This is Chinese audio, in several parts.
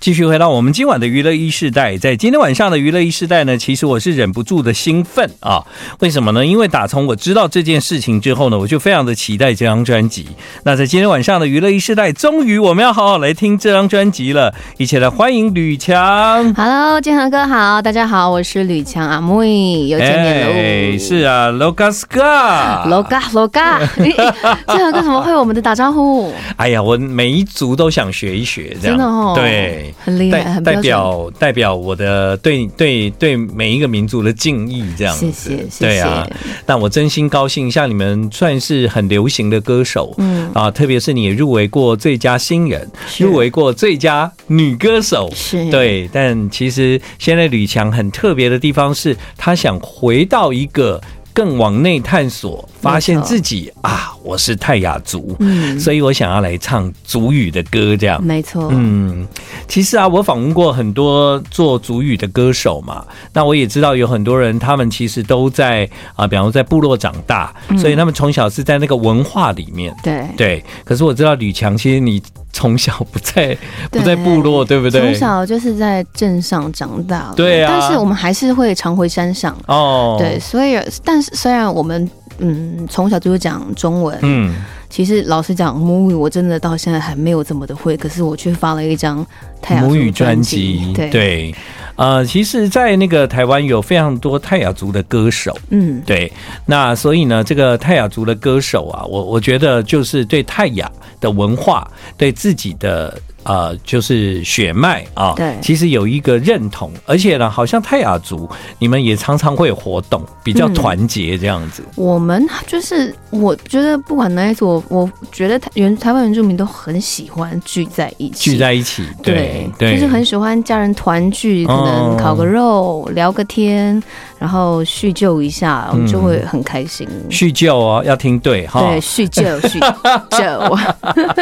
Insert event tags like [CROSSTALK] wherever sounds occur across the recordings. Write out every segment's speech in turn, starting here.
继续回到我们今晚的娱乐一世代，在今天晚上的娱乐一世代呢，其实我是忍不住的兴奋啊！为什么呢？因为打从我知道这件事情之后呢，我就非常的期待这张专辑。那在今天晚上的娱乐一世代，终于我们要好好来听这张专辑了，一起来欢迎吕强。 Hello，建恒哥好，大家好，我是吕强阿妹，又见面喽、是啊，Logaska。楼嘎楼嘎，哎 [LAUGHS] 建恒哥怎么会我们的打招呼？哎呀，我每一族都想学一学，这样真的哦，对。很厉害，代很代标表准。代表我的对对对每一个民族的敬意，这样子，谢谢，谢对谢。啊，但我真心高兴，像你们算是很流行的歌手，嗯，啊，特别是你也入围过最佳新人，是入围过最佳女歌手。是，对，但其实现在吕强很特别的地方是，他想回到一个更往内探索，发现自己啊，我是泰雅族，嗯，所以我想要来唱族语的歌，这样。没错，嗯，其实啊，我访问过很多做主语的歌手嘛，那我也知道有很多人，他们其实都在啊、比方说在部落长大，嗯所以他们从小是在那个文化里面。对，对，可是我知道吕强，其实你从小不在不在部落，对不对？从小就是在镇上长大的，对啊但是我们还是会常回山上，哦，对，，所以但是虽然我们。嗯，从小就是讲中文。嗯，其实老实讲，母语我真的到现在还没有这么的会，可是我却发了一张太阳母族语专辑辑，，对，对，呃，其实，在那个台湾有非常多泰雅族的歌手。嗯，对，那所以呢，这个泰雅族的歌手啊，我我觉得就是对泰雅的文化，对自己的呃，就是血脉啊，对其实有一个认同，而且呢，好像泰雅族你们也常常会有活动，比较嗯团结这样子。我们就是我觉得不管哪一组，我我觉得台原台湾原住民都很喜欢聚在一起，聚在一起，对对，哦就是很喜欢家人团聚，可能烤个肉、聊个天，然后叙旧一下，我们就会很开心。叙旧嗯哦，要听对哈。对，叙旧，叙 [LAUGHS] 旧，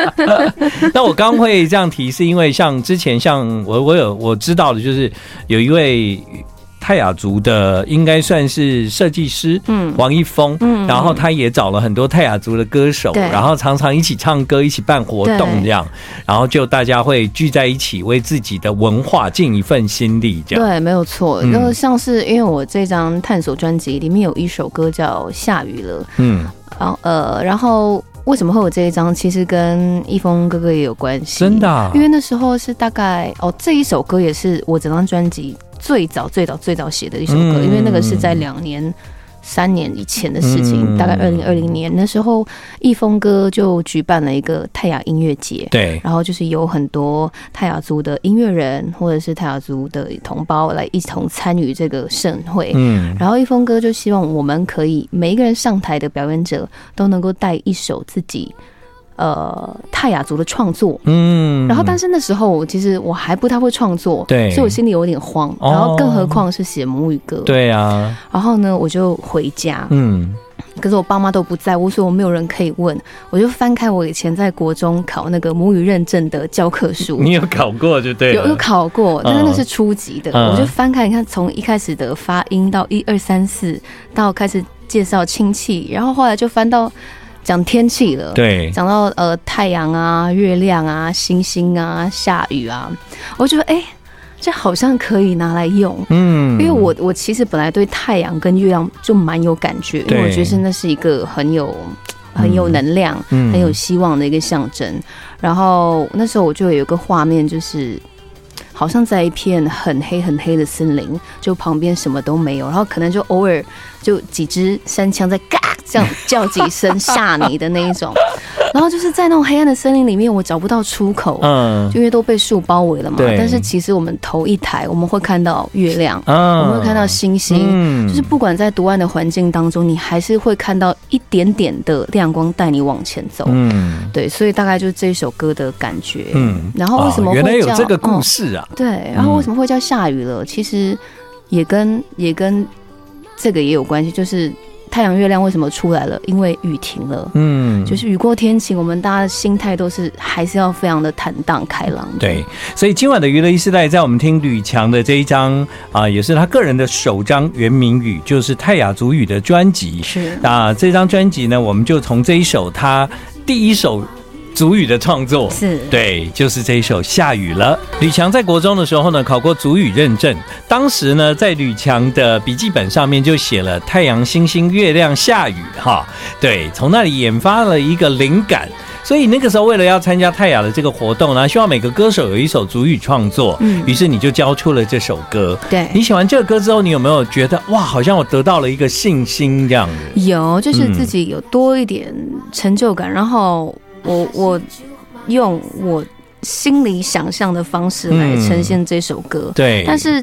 [LAUGHS] 那我刚会这样提，是因为像之前像我我有我知道的，就是有一位泰雅族的，应该算是设计师，嗯，王一峰，嗯，然后他也找了很多泰雅族的歌手，对然后常常一起唱歌，一起办活动这样，然后就大家会聚在一起，为自己的文化尽一份心力这样。对，没有错。嗯然后像是因为我这张探索专辑里面有一首歌叫《下雨了》，嗯，然后呃，然后为什么会有这一张？其实跟一峰哥哥也有关系，真的啊、因为那时候是大概哦，这一首歌也是我整张专辑最早最早最早写的一首歌，嗯因为那个是在两年。三年以前的事情，嗯大概二零二零年那时候，易峰哥就举办了一个泰雅音乐节，对，然后就是有很多泰雅族的音乐人或者是泰雅族的同胞来一同参与这个盛会。嗯，然后一峰哥就希望我们可以每一个人上台的表演者都能够带一首自己呃泰雅族的创作，嗯，然后，但是是那时候其实我还不太会创作，对所以我心里有点慌。哦然后，更何况是写母语歌。。对啊，然后呢，我就回家，嗯，可是我爸妈都不在，我所以我没有人可以问。我就翻开我以前在国中考那个母语认证的教科书，你有考过就对有了，有考过，但是那是初级的。嗯我就翻开，你看从一开始的发音到一二三四，到开始介绍亲戚，然后后来就翻到讲天气了。对，讲到呃太阳啊、月亮啊、星星啊、下雨啊，我觉得哎、诶这好像可以拿来用。嗯，因为我我其实本来对太阳跟月亮就蛮有感觉，因对为我觉得是那是一个很有很有能量、嗯很有希望的一个象征。然后那时候我就有一个画面，就是好像在一片很黑很黑的森林，就旁边什么都没有，然后可能就偶尔就几只山枪在嘎这样叫几声吓你的那 [LAUGHS] 一种。然后就是在那种黑暗的森林里面，我找不到出口。嗯就因为都被树包围了嘛对，但是其实我们头一抬，我们会看到月亮，啊我们会看到星星，嗯就是不管在多暗的环境当中，你还是会看到一点点的亮光带你往前走。嗯对，所以大概就是这一首歌的感觉。嗯，然后为什么哦会原来有叫这个故嗯事啊？对，然后为什么会叫下雨了？其实也跟也跟这个也有关系，就是太阳、月亮为什么出来了？因为雨停了。嗯，就是雨过天晴，我们大家的心态都是还是要非常的坦荡开朗的。对，所以今晚的娱乐一时代，在我们听吕强的这一张啊、也是他个人的首张原名语，就是泰雅族语的专辑。是那、这张专辑呢，我们就从这一首他第一首祖语的创作。是对，就是这一首《下雨了》。吕强在国中的时候呢，考过祖语认证，当时呢，在吕强的笔记本上面就写了“太阳、星星、月亮、下雨”哈。对，从那里研发了一个灵感。所以那个时候，为了要参加泰雅的这个活动呢，希望每个歌手有一首主语创作，嗯于是你就交出了这首歌。对你写完这个歌之后，你有没有觉得哇，好像我得到了一个信心这样子？有，就是嗯自己有多一点成就感，然后我我用我心里想象的方式来嗯呈现这首歌，对，但是。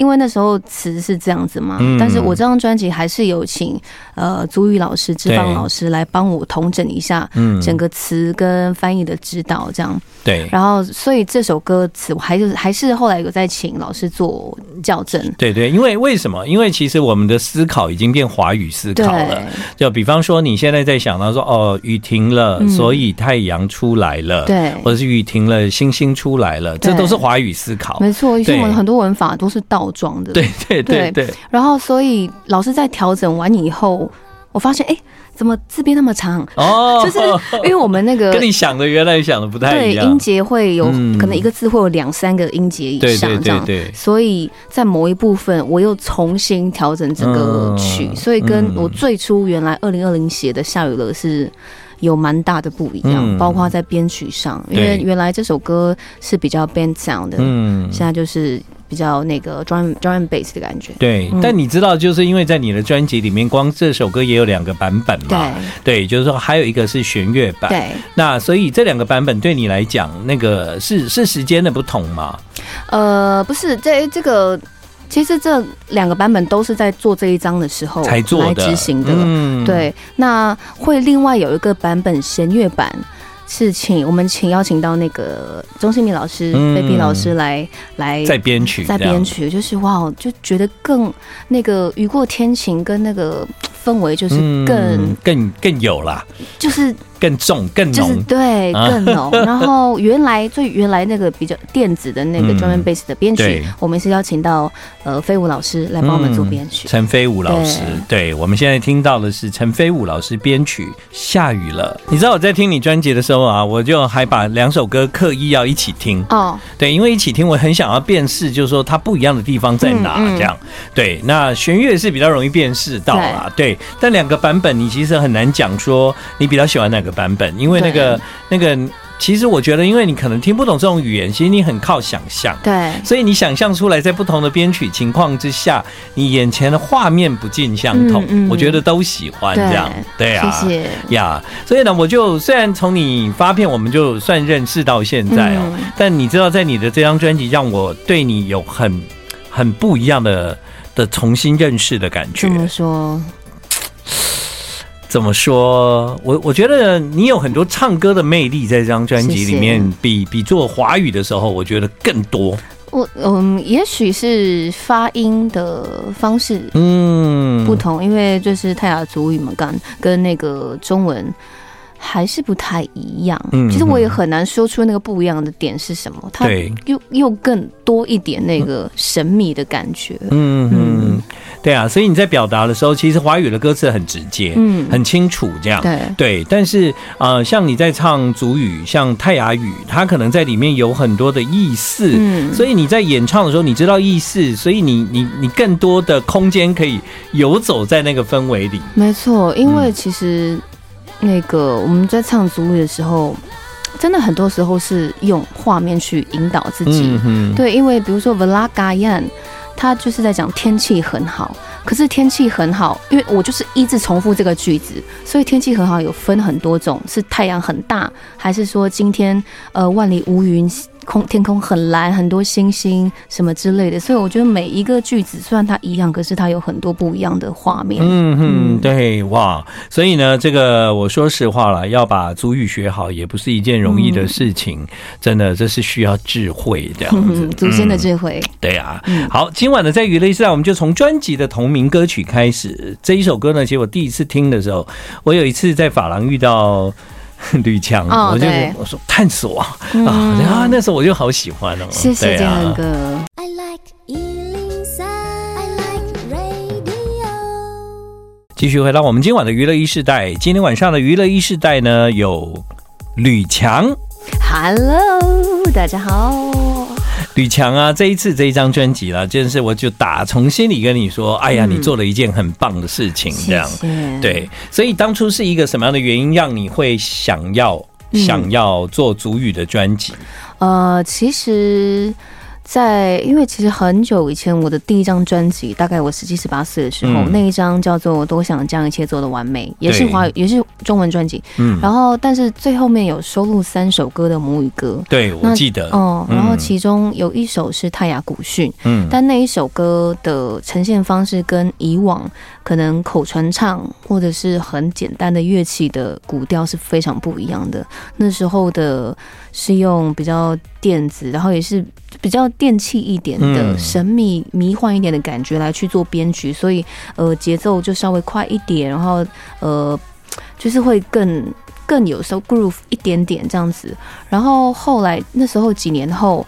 因为那时候词是这样子嘛，哎嗯但是我这张专辑还是有请呃足语老师、志对芳老师来帮我统整一下嗯哎整个词跟翻译的指导这样。对然后，所以这首歌词我还是还是后来有在请老师做校正。对对，因为为什么？因为其实我们的思考已经变华语思对考了。就比方说，你现在在想到说，哦，雨停了，嗯所以太阳出来了，，对，或者是雨停了，星星出来了，这对都是华语思考。没错，因为我对们很多文法都是倒装的。对对对对，然后，所以老师在调整完以后，我发现，哎，怎么字变那么长？ [LAUGHS] 哦，就是因为我们那个跟你想的原来想的不太对一音样。节会有、嗯可能一个字会有两三个音节以上对对这样，对对所以在某一部分我又重新调整这个曲，嗯所以跟嗯我最初原来二零二零写的《下雨了》是。有蛮大的不一样，嗯包括在编曲上，因对为原来这首歌是比较 band sound 的，嗯，现在就是比较那个 drum drum and bass 的感觉。对。嗯但你知道，就是因为在你的专辑里面，光这首歌也有两个版本对嘛。对，就是说还有一个是弦乐版。对，那所以这两个版本对你来讲，那个是是时间的不同嘛？呃，不是，这这个其实这两个版本都是在做这一章的时候才做哦来的执行的。嗯，对，那会另外有一个版本弦乐版。是请我们请邀请到那个钟兴民老师、嗯贝、比老师来来在编曲，在编。曲，就是哇，就觉得更那个雨过天晴跟那个氛围就是更、嗯更更有啦，就是更重更就是浓，对啊更浓。然后原来最原来那个比较电子的那个嗯 drum and bass 的编曲对，嗯我们是邀请到呃飞舞老师来帮我们做编曲。陈飞武老师，对我们现在听到的是陈飞武老师编曲《下雨了》。你知道我在听你专辑的时候啊，我就还把两首歌刻意要一起听，哦，对，因为一起听我很想要辨识，就是说它不一样的地方在哪，嗯嗯这样。对，那弦乐是比较容易辨识到啦，对。但两个版本你其实很难讲说你比较喜欢哪个版本，因为那个那个，其实我觉得，因为你可能听不懂这种语言，其实你很靠想象。对，所以你想象出来，在不同的编曲情况之下，你眼前的画面不尽相同，嗯嗯我觉得都喜欢这样，对啊，谢谢。呀所以呢，我就虽然从你发片，我们就算认识到现在哦，嗯但你知道，在你的这张专辑，让我对你有很很不一样的的重新认识的感觉这。么说，怎么说？我我觉得你有很多唱歌的魅力，在这张专辑里面，谢比比做华语的时候，我觉得更多。我嗯，也许是发音的方式嗯，不同，因为就是泰雅族语嘛，跟跟那个中文。还是不太一样，嗯其实我也很难说出那个不一样的点是什么，它对又又更多一点那个神秘的感觉。嗯嗯，对啊，所以你在表达的时候，其实华语的歌词很直接，嗯哎很清楚，这样。对，对，但是呃，像你在唱祖语，像泰雅语，它可能在里面有很多的意思，嗯所以你在演唱的时候，你知道意思，所以你你你更多的空间可以游走在那个氛围里。没错，因为其实那个我们在唱族语的时候，真的很多时候是用画面去引导自己。嗯嗯哼，对，因为比如说 Velagayan，他就是在讲天气很好，可是天气很好，因为我就是一直重复这个句子，所以天气很好有分很多种，是太阳很大，还是说今天呃万里无云，空天空很蓝，很多星星什么之类的。所以我觉得每一个句子虽然它一样，可是它有很多不一样的画面。嗯哼，嗯对哇，所以呢，这个我说实话了，要把祖语学好也不是一件容易嗯的事情，真的，这是需要智慧这样子嗯，。 [LAUGHS] 祖先的嗯智慧，对啊，嗯好，今晚呢，在娱乐时代，我们就从专辑的同名歌曲开始。这一首歌呢，其实我第一次听的时候，我有一次在法廊遇到 [LAUGHS] 吕强，哦我就对我说探索啊、嗯啊，然后那时候我就好喜欢哦，谢谢对建啊恒哥。 I like Ealing Sound. I like radio. 继续回到我们今晚的娱乐一世代，今天晚上的娱乐一世代呢有。吕强。 Hello，大家好。吕强啊，这一次这一张专辑啦，真是我就打从心里跟你说，哎呀，嗯你做了一件很棒的事情，这样。谢。对，所以当初是一个什么样的原因让你会想要、嗯想要做主语的专辑？呃，其实在，因为其实很久以前，我的第一张专辑，大概我十七、十八岁的时候，嗯那一张叫做《多想将一切做的完美》，也是对华语，也是中文专辑。嗯，然后，但是最后面有收录三首歌的母语歌。对，我那记得，哦，嗯然后其中有一首是泰雅古训，嗯，但那一首歌的呈现方式跟以往可能口传唱或者是很简单的乐器的古调是非常不一样的。那时候的是用比较电子，然后也是比较电器一点的、嗯神秘迷幻一点的感觉来去做编曲，所以呃节奏就稍微快一点，然后呃就是会更。更有时候 groove 一点点这样子，然后后来那时候几年后，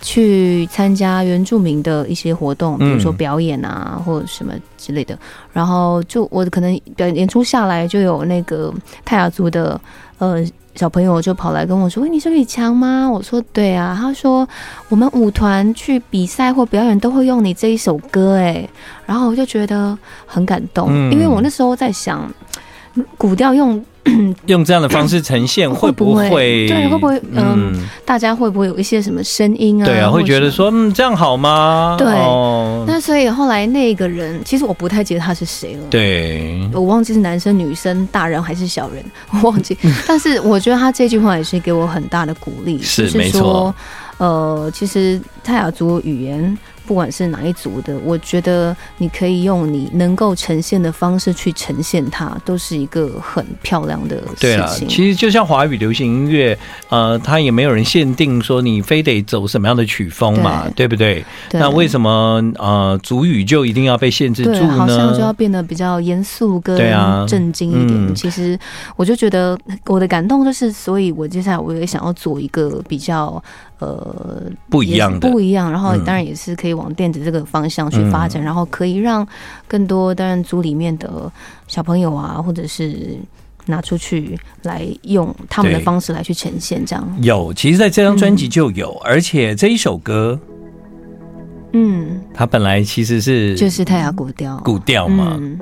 去参加原住民的一些活动，比如说嗯表演啊，或者什么之类的。然后就我可能表演演出下来，就有那个泰雅族的呃小朋友就跑来跟我说：“喂，你是李强吗？”我说：“对啊。”他说：“我们舞团去比赛或表演都会用你这一首歌。”哎，然后我就觉得很感动，嗯因为我那时候在想， [CLEARS THROAT] 古调用用这样的方式呈现，会会不不会会？对会不会嗯嗯，大家会不会有一些什么声音啊？对啊，或会者觉得什么说，嗯，这样好吗？对哦那所以后来那个人，其实我不太记得他是谁了。。对，我忘记是男生、女生、大人还是小人， [LAUGHS] 我 [LAUGHS] 忘记。但是我觉得他这句话也是给我很大的鼓励，是就是没错说，呃，其实泰雅族语言，不管是哪一族的，我觉得你可以用你能够呈现的方式去呈现它，都是一个很漂亮的对事了，情。其实就像华语流行音乐，呃，它也没有人限定说你非得走什么样的曲风嘛，对不对？对那为什么呃，主语就一定要被限制住对，好像就要呢？变得比较严肃跟对啊震惊一点。嗯其实我就觉得我的感动就是，所以我接下来我也想要做一个比较呃不一样也是的，不一样。然后嗯当然也是可以往电子这个方向去发展，然后可以让更多当然组里面的小朋友啊，或者是拿出去来用他们的对方式来去呈现这样。有，其实在这张专辑就有，而且这一首歌嗯，它本来其实是就是泰雅古调，古调嘛，嗯，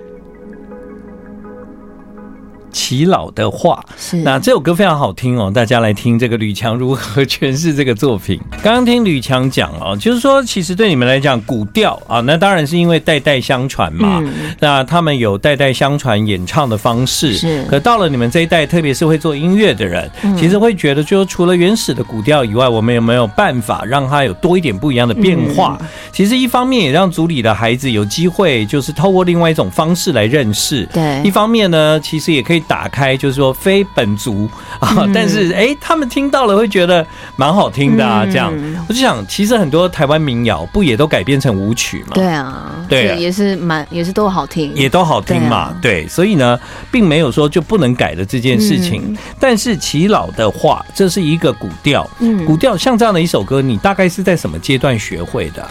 齐老的话。是那这首歌非常好听哦，大家来听这个吕强如何诠释这个作品。刚刚听吕强讲哦，就是说其实对你们来讲，古调啊，那当然是因为代代相传嘛。嗯那他们有代代相传演唱的方式，是可到了你们这一代，特别是会做音乐的人，嗯其实会觉得，就除了原始的古调以外，我们有没有办法让它有多一点不一样的变化？啊其实一方面也让组里的孩子有机会，就是透过另外一种方式来认识。对一方面呢，其实也可以打开，就是说非本族啊，嗯但是哎、诶他们听到了会觉得蛮好听的啊，这样。嗯我就想，其实很多台湾民谣不也都改编成舞曲嘛？对啊，对这也是蛮也是都好听，也都好听嘛，啊对，所以呢，并没有说就不能改的这件事情。嗯但是齐老的话，这是一个古调，嗯古调像这样的一首歌，你大概是在什么阶段学会的啊？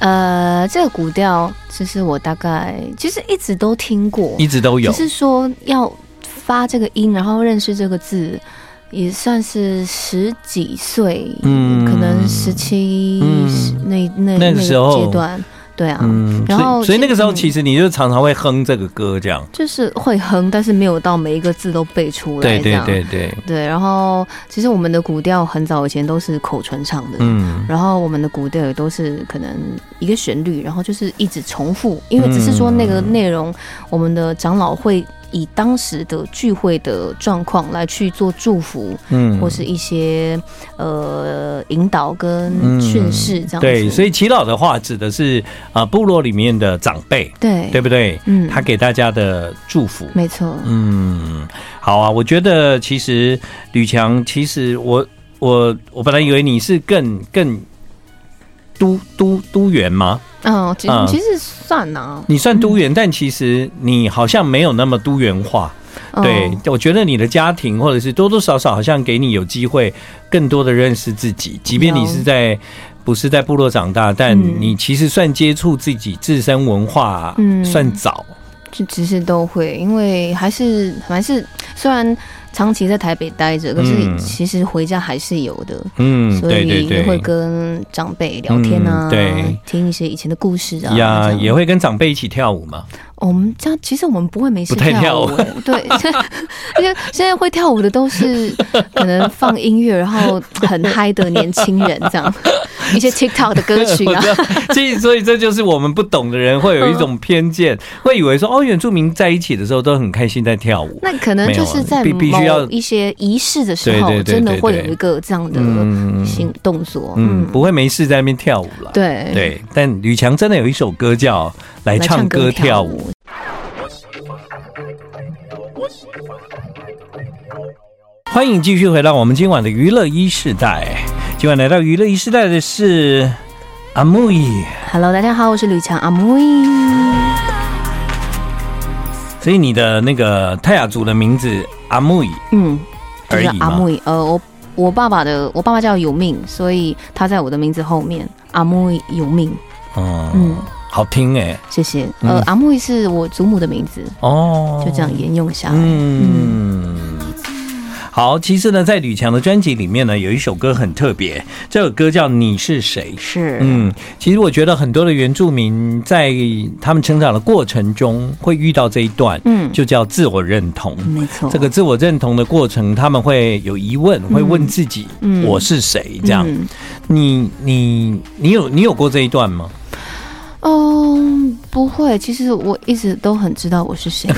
呃，这个古调其实我大概其实一直都听过，一直都有只，是说要发这个音，然后认识这个字，也算是十几岁，嗯可能十七、嗯十那那那个个时候阶段，对啊，嗯，然所后以所以那个时候嗯其实你就常常会哼这个歌，这样，就是会哼，但是没有到每一个字都背出来，对这对样对对，对。然后其实我们的古调很早以前都是口传唱的，嗯，然后我们的古调也都是可能一个旋律，然后就是一直重复，因为只是说那个内容，我们的长老会以当时的聚会的状况来去做祝福，嗯或是一些呃引导跟嗯训示这样子。对，所以以齐老的话指的是啊、呃部落里面的长辈，对对不对？嗯他给大家的祝福，没错，嗯，好啊，我觉得其实吕强，其实我我我本来以为你是更更都都都员吗？嗯，其嗯其实算啊呐、你算都员，但其实你好像没有那么都员化。嗯对，我觉得你的家庭或者是多多少少好像给你有机会更多的认识自己，即便你是在。不是在部落长大，但嗯你其实算接触自己自身文化，嗯算早，就其实都会，因为还是还是虽然长期在台北待着，可是嗯其实回家还是有的。嗯，所对对以对，会跟长辈聊天啊，嗯对听一些以前的故事啊，呀，这样哦也会跟长辈一起跳舞嘛。我们家其实我们不会没事不太舞， [LAUGHS] 对，因为现在会跳舞的都是可能放音乐，然后很嗨的年轻人这样，一些 TikTok 的歌 [LAUGHS] 曲我啊知，道，所以所以这就是我们不懂的人会有一种偏嗯见，会以为说哦，原住民在一起的时候都很开心在跳舞。那可能就是在没有必必须要某一些仪式的时对对候，对真的会对有对一个这样的嗯行动作，嗯，嗯，不会没事在那边跳舞了。对，对，但吕强真的有一首歌叫《来来唱唱歌歌跳跳舞》。舞，欢迎继续回到我们今晚的娱乐一世代。今晚来到娱乐一世代的是阿木伊， Hello，大家好，我是吕强阿木伊。所以你的那个泰雅族的名字阿木伊嗯，就而是已阿吗？木伊。呃，我我爸爸的我爸爸叫有命，所以他在我的名字后面阿木伊有命。嗯嗯，好听哎、谢谢。嗯呃，阿木伊是我祖母的名字，哦，就这样沿用下来。嗯，好，其实呢，在吕强的专辑里面呢，有一首歌很特别，这首歌叫《你是谁》。是，嗯，其实我觉得很多的原住民在他们成长的过程中会遇到这一段，嗯就叫自我认同。没错。这个自我认同的过程，他们会有疑问，会问自己：嗯我是谁？这样，嗯你你你有你有过这一段吗？哦，不会，其实我一直都很知道我 [LAUGHS] 是谁，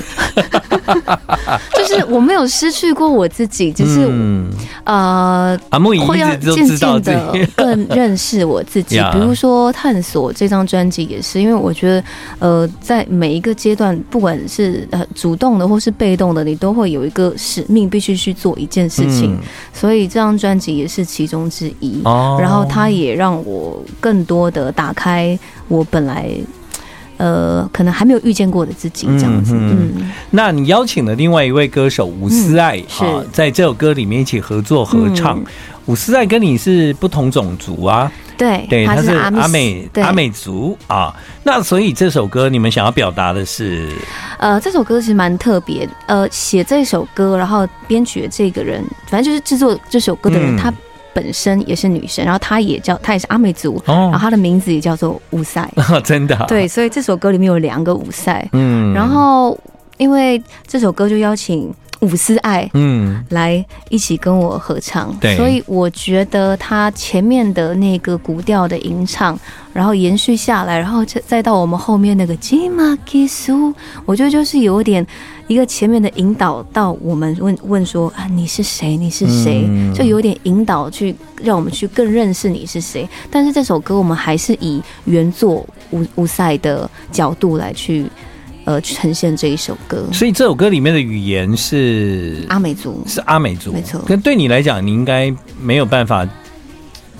就是我没有失去过我自己，只是、嗯，呃，阿木已会要一直都渐知道渐自己的 [LAUGHS] 更认识我自己， [LAUGHS] Yeah 比如说探索这张专辑也是，因为我觉得，呃，在每一个阶段，不管是呃主动的或是被动的，你都会有一个使命，必须去做一件事情，嗯所以这张专辑也是其中之一。哦然后它也让我更多的打开我本来。呃，可能还没有遇见过的自己这样子，嗯嗯， [LAUGHS] 那你邀请了另外一位歌手伍思爱是啊，在这首歌里面一起合作合唱嗯。伍思爱跟你是不同种族啊，对，对，他是阿美对阿美族啊。那所以这首歌你们想要表达的是，呃，这首歌其实蛮特别的。呃，写这首歌，然后编曲的这个人，反正就是制作这首歌的人，嗯她本身也是女生，然后她也叫她也是阿美族，然后哦，她的名字也叫做乌 [LAUGHS] 塞。真的啊，啊对，所以这首歌里面有两个乌塞。嗯然后因为这首歌就邀请伍思爱嗯来一起跟我合唱对，所以我觉得他前面的那个古调的吟唱，然后延续下来，然后再再到我们后面那个吉玛吉苏，我觉得就是有点一个前面的引导到我们问问说啊你是谁你是谁，嗯就有点引导去让我们去更认识你是谁。但是这首歌我们还是以原作吴吴赛的角度来去呃去呈现这一首歌，所以这首歌里面的语言是阿美族。是阿美族，没错可对你来讲，你应该没有办法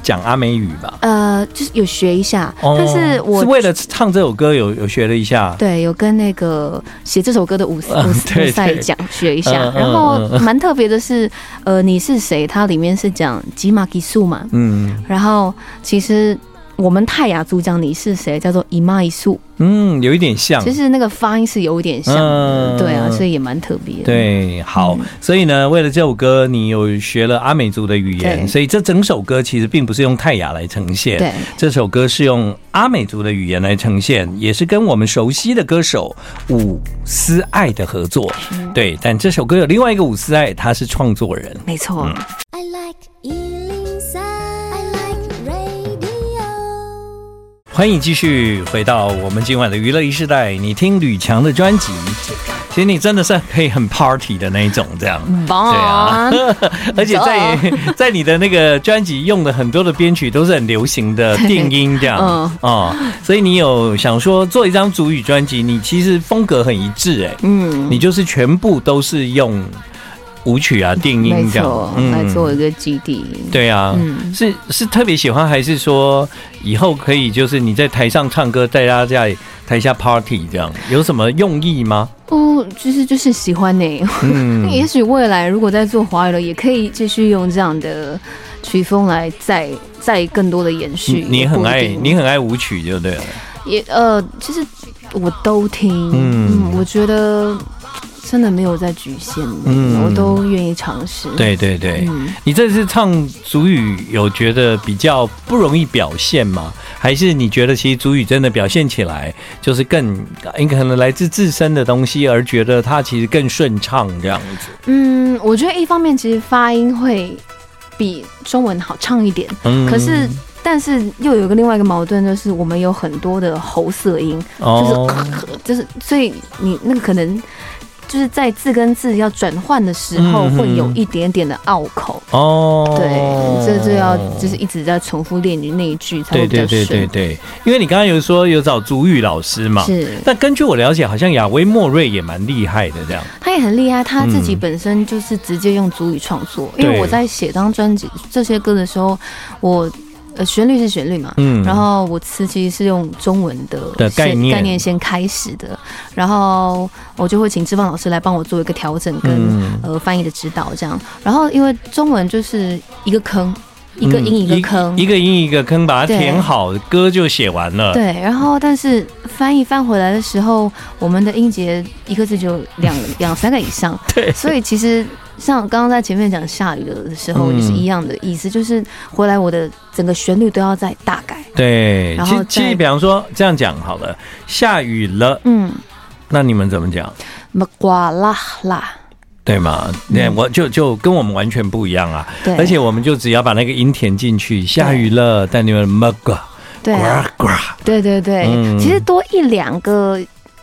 讲阿美语吧？呃，就是有学一下，哦但是我是为了唱这首歌有有学了一下，对有跟那个写这首歌的 [LAUGHS] 伍思嗯伍思对伍赛对讲学一下嗯，嗯然后嗯嗯蛮特别的是，呃，你是谁？它里面是讲吉玛吉素嘛，嗯然后其实。我们泰雅族讲你是谁，叫做伊玛伊素，嗯，有一点像，其实那个发音是有一点像的，嗯对啊，所以也蛮特别的。，对，好，嗯所以呢，为了这首歌，你有学了阿美族的语言，对所以这整首歌其实并不是用泰雅来呈现，对，这首歌是用阿美族的语言来呈现，也是跟我们熟悉的歌手伍思爱的合作，对，但这首歌有另外一个伍思爱，他是创作人，没错。 I like Ealing Sound. I like radio. 欢迎继续回到我们今晚的娱乐一世代，你听吕强的专辑，其实你真的是可以很 party 的那一种，这样。对啊 [LAUGHS] Bon，而且在啊 [LAUGHS] 在你的那个专辑用的很多的编曲都是很流行的电音这样，嗯哦，所以你有想说做一张主语专辑，你其实风格很一致哎、嗯，你就是全部都是用舞曲啊、电没音这错样，，嗯来做一个基地。对啊，嗯是是特别喜欢，还是说以后可以就是你在台上唱歌，大家在台下 party 这样，有什么用意吗？哦，就是就是喜欢呢。嗯 [LAUGHS] 也许未来如果在做华语了，也可以继续用这样的曲风来再再更多的延你续。嗯你也不很一爱定嗯你很爱舞曲就对了，也呃，其实我都听，嗯嗯，我觉得真的没有在局限，嗯我都愿意尝试。，对对对，嗯你这次唱主语有觉得比较不容易表现吗？还是你觉得其实主语真的表现起来就是更，你可能来自自身的东西，而觉得它其实更顺畅这样子？嗯，我觉得一方面其实发音会比中文好唱一点，嗯可是。但是又有一个另外一个矛盾，就是我们有很多的喉塞音，哦，就是所以你那个可能就是在字跟字要转换的时候，嗯嗯会有一点点的拗口。哦，对，这就要就是一直在重复练你那一句才对会比较对对对顺。对，因为你刚刚有说有找主语老师嘛，是，但根据我了解，好像雅威莫瑞也蛮厉害的这样。他也很厉害，他自己嗯本身就是直接用主语创作。因对为我在写当专辑这些歌的时候，我呃旋律是旋律嘛，嗯然后我词其实是用中文的的概先念概念先开始的，然后我就会请志芳老师来帮我做一个调整跟、嗯呃翻译的指导这样。然后因为中文就是一个坑，一个嗯音一个坑，一个音一个坑，把它对填好，歌就写完了。对，然后但是翻译翻回来的时候，我们的音节一个字就 [LAUGHS] 两两三个以上，对所以其实像刚刚在前面讲下雨的时候嗯也是一样的意思，就是回来我的整个旋律都要再大改，对，然其后实再其实比方说这样讲好了，下雨了，嗯，那你们怎么讲？么呱啦啦，对吗？那、嗯我就就跟我们完全不一样啊！对，而且我们就只要把那个音填进去，下雨了，但你们么个对啊、呱呱，对对对，嗯其实多一两个。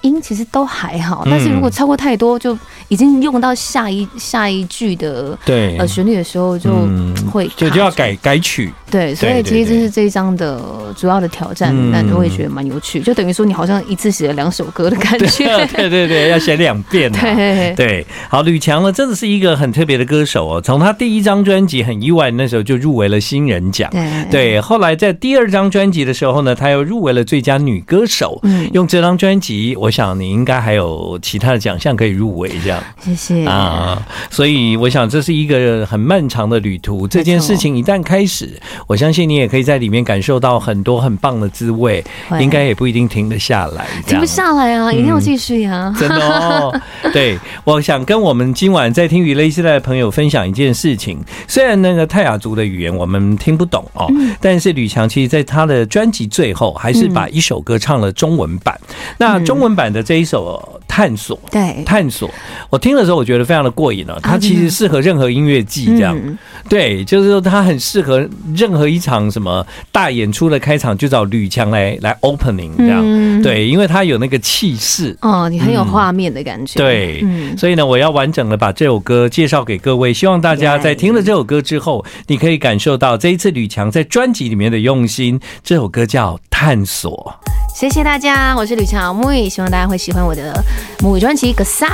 音其实都还好，但是如果嗯超过太多，就已经用到下一下一句的对，呃旋律的时候，就嗯会就卡就要住改改曲， [LAUGHS] 对，所对以对其实这对是这一张的主要的挑战嗯，但我也觉得蛮有趣，就等于说你好像一次写了两首歌的感觉。 [LAUGHS] 对对对，要写两遍、啊。 [LAUGHS] 对，对，好，吕强呢，真的是一个很特别的歌手哦。从他第一张专辑很意外，那时候就入围了新人奖。对，对，后来在第二张专辑的时候呢，她又入围了最佳女歌手。嗯，用这张专辑，我想你应该还有其他的奖项可以入围，这样谢谢。啊。所以我想这是一个很漫长的旅途。这件事情一旦开始，我相信你也可以在里面感受到很多很棒的滋味，会应该也嗯不一定停得下来。这停样不下来啊，一定要继续 [LAUGHS] 啊。真的哦。对，我想跟我们今晚在听娱乐时代的朋友分享一件事情。虽然那个泰雅族的语言我们听不懂哦，嗯但是吕强其实在他的专辑最后还是把一首歌唱了中文版。那中文版的这一首《探索》。对，探索，我听的时候我觉得非常的过瘾哦，它其实适合任何音乐季这样，啊嗯对，就是说它很适合任何一场什么大演出的开场，就找吕强来来 opening 这样，嗯，对，因为它有那个气势，哦，你很有嗯画面的感觉。对嗯，所以呢，我要完整的把这首歌介绍给各位，希望大家在听了这首歌之后，你可以感受到这一次吕强在专辑里面的用心。这首歌叫《探索》。谢谢大家，我是吕强木语，希望大家会喜欢我的母语专辑《格萨》。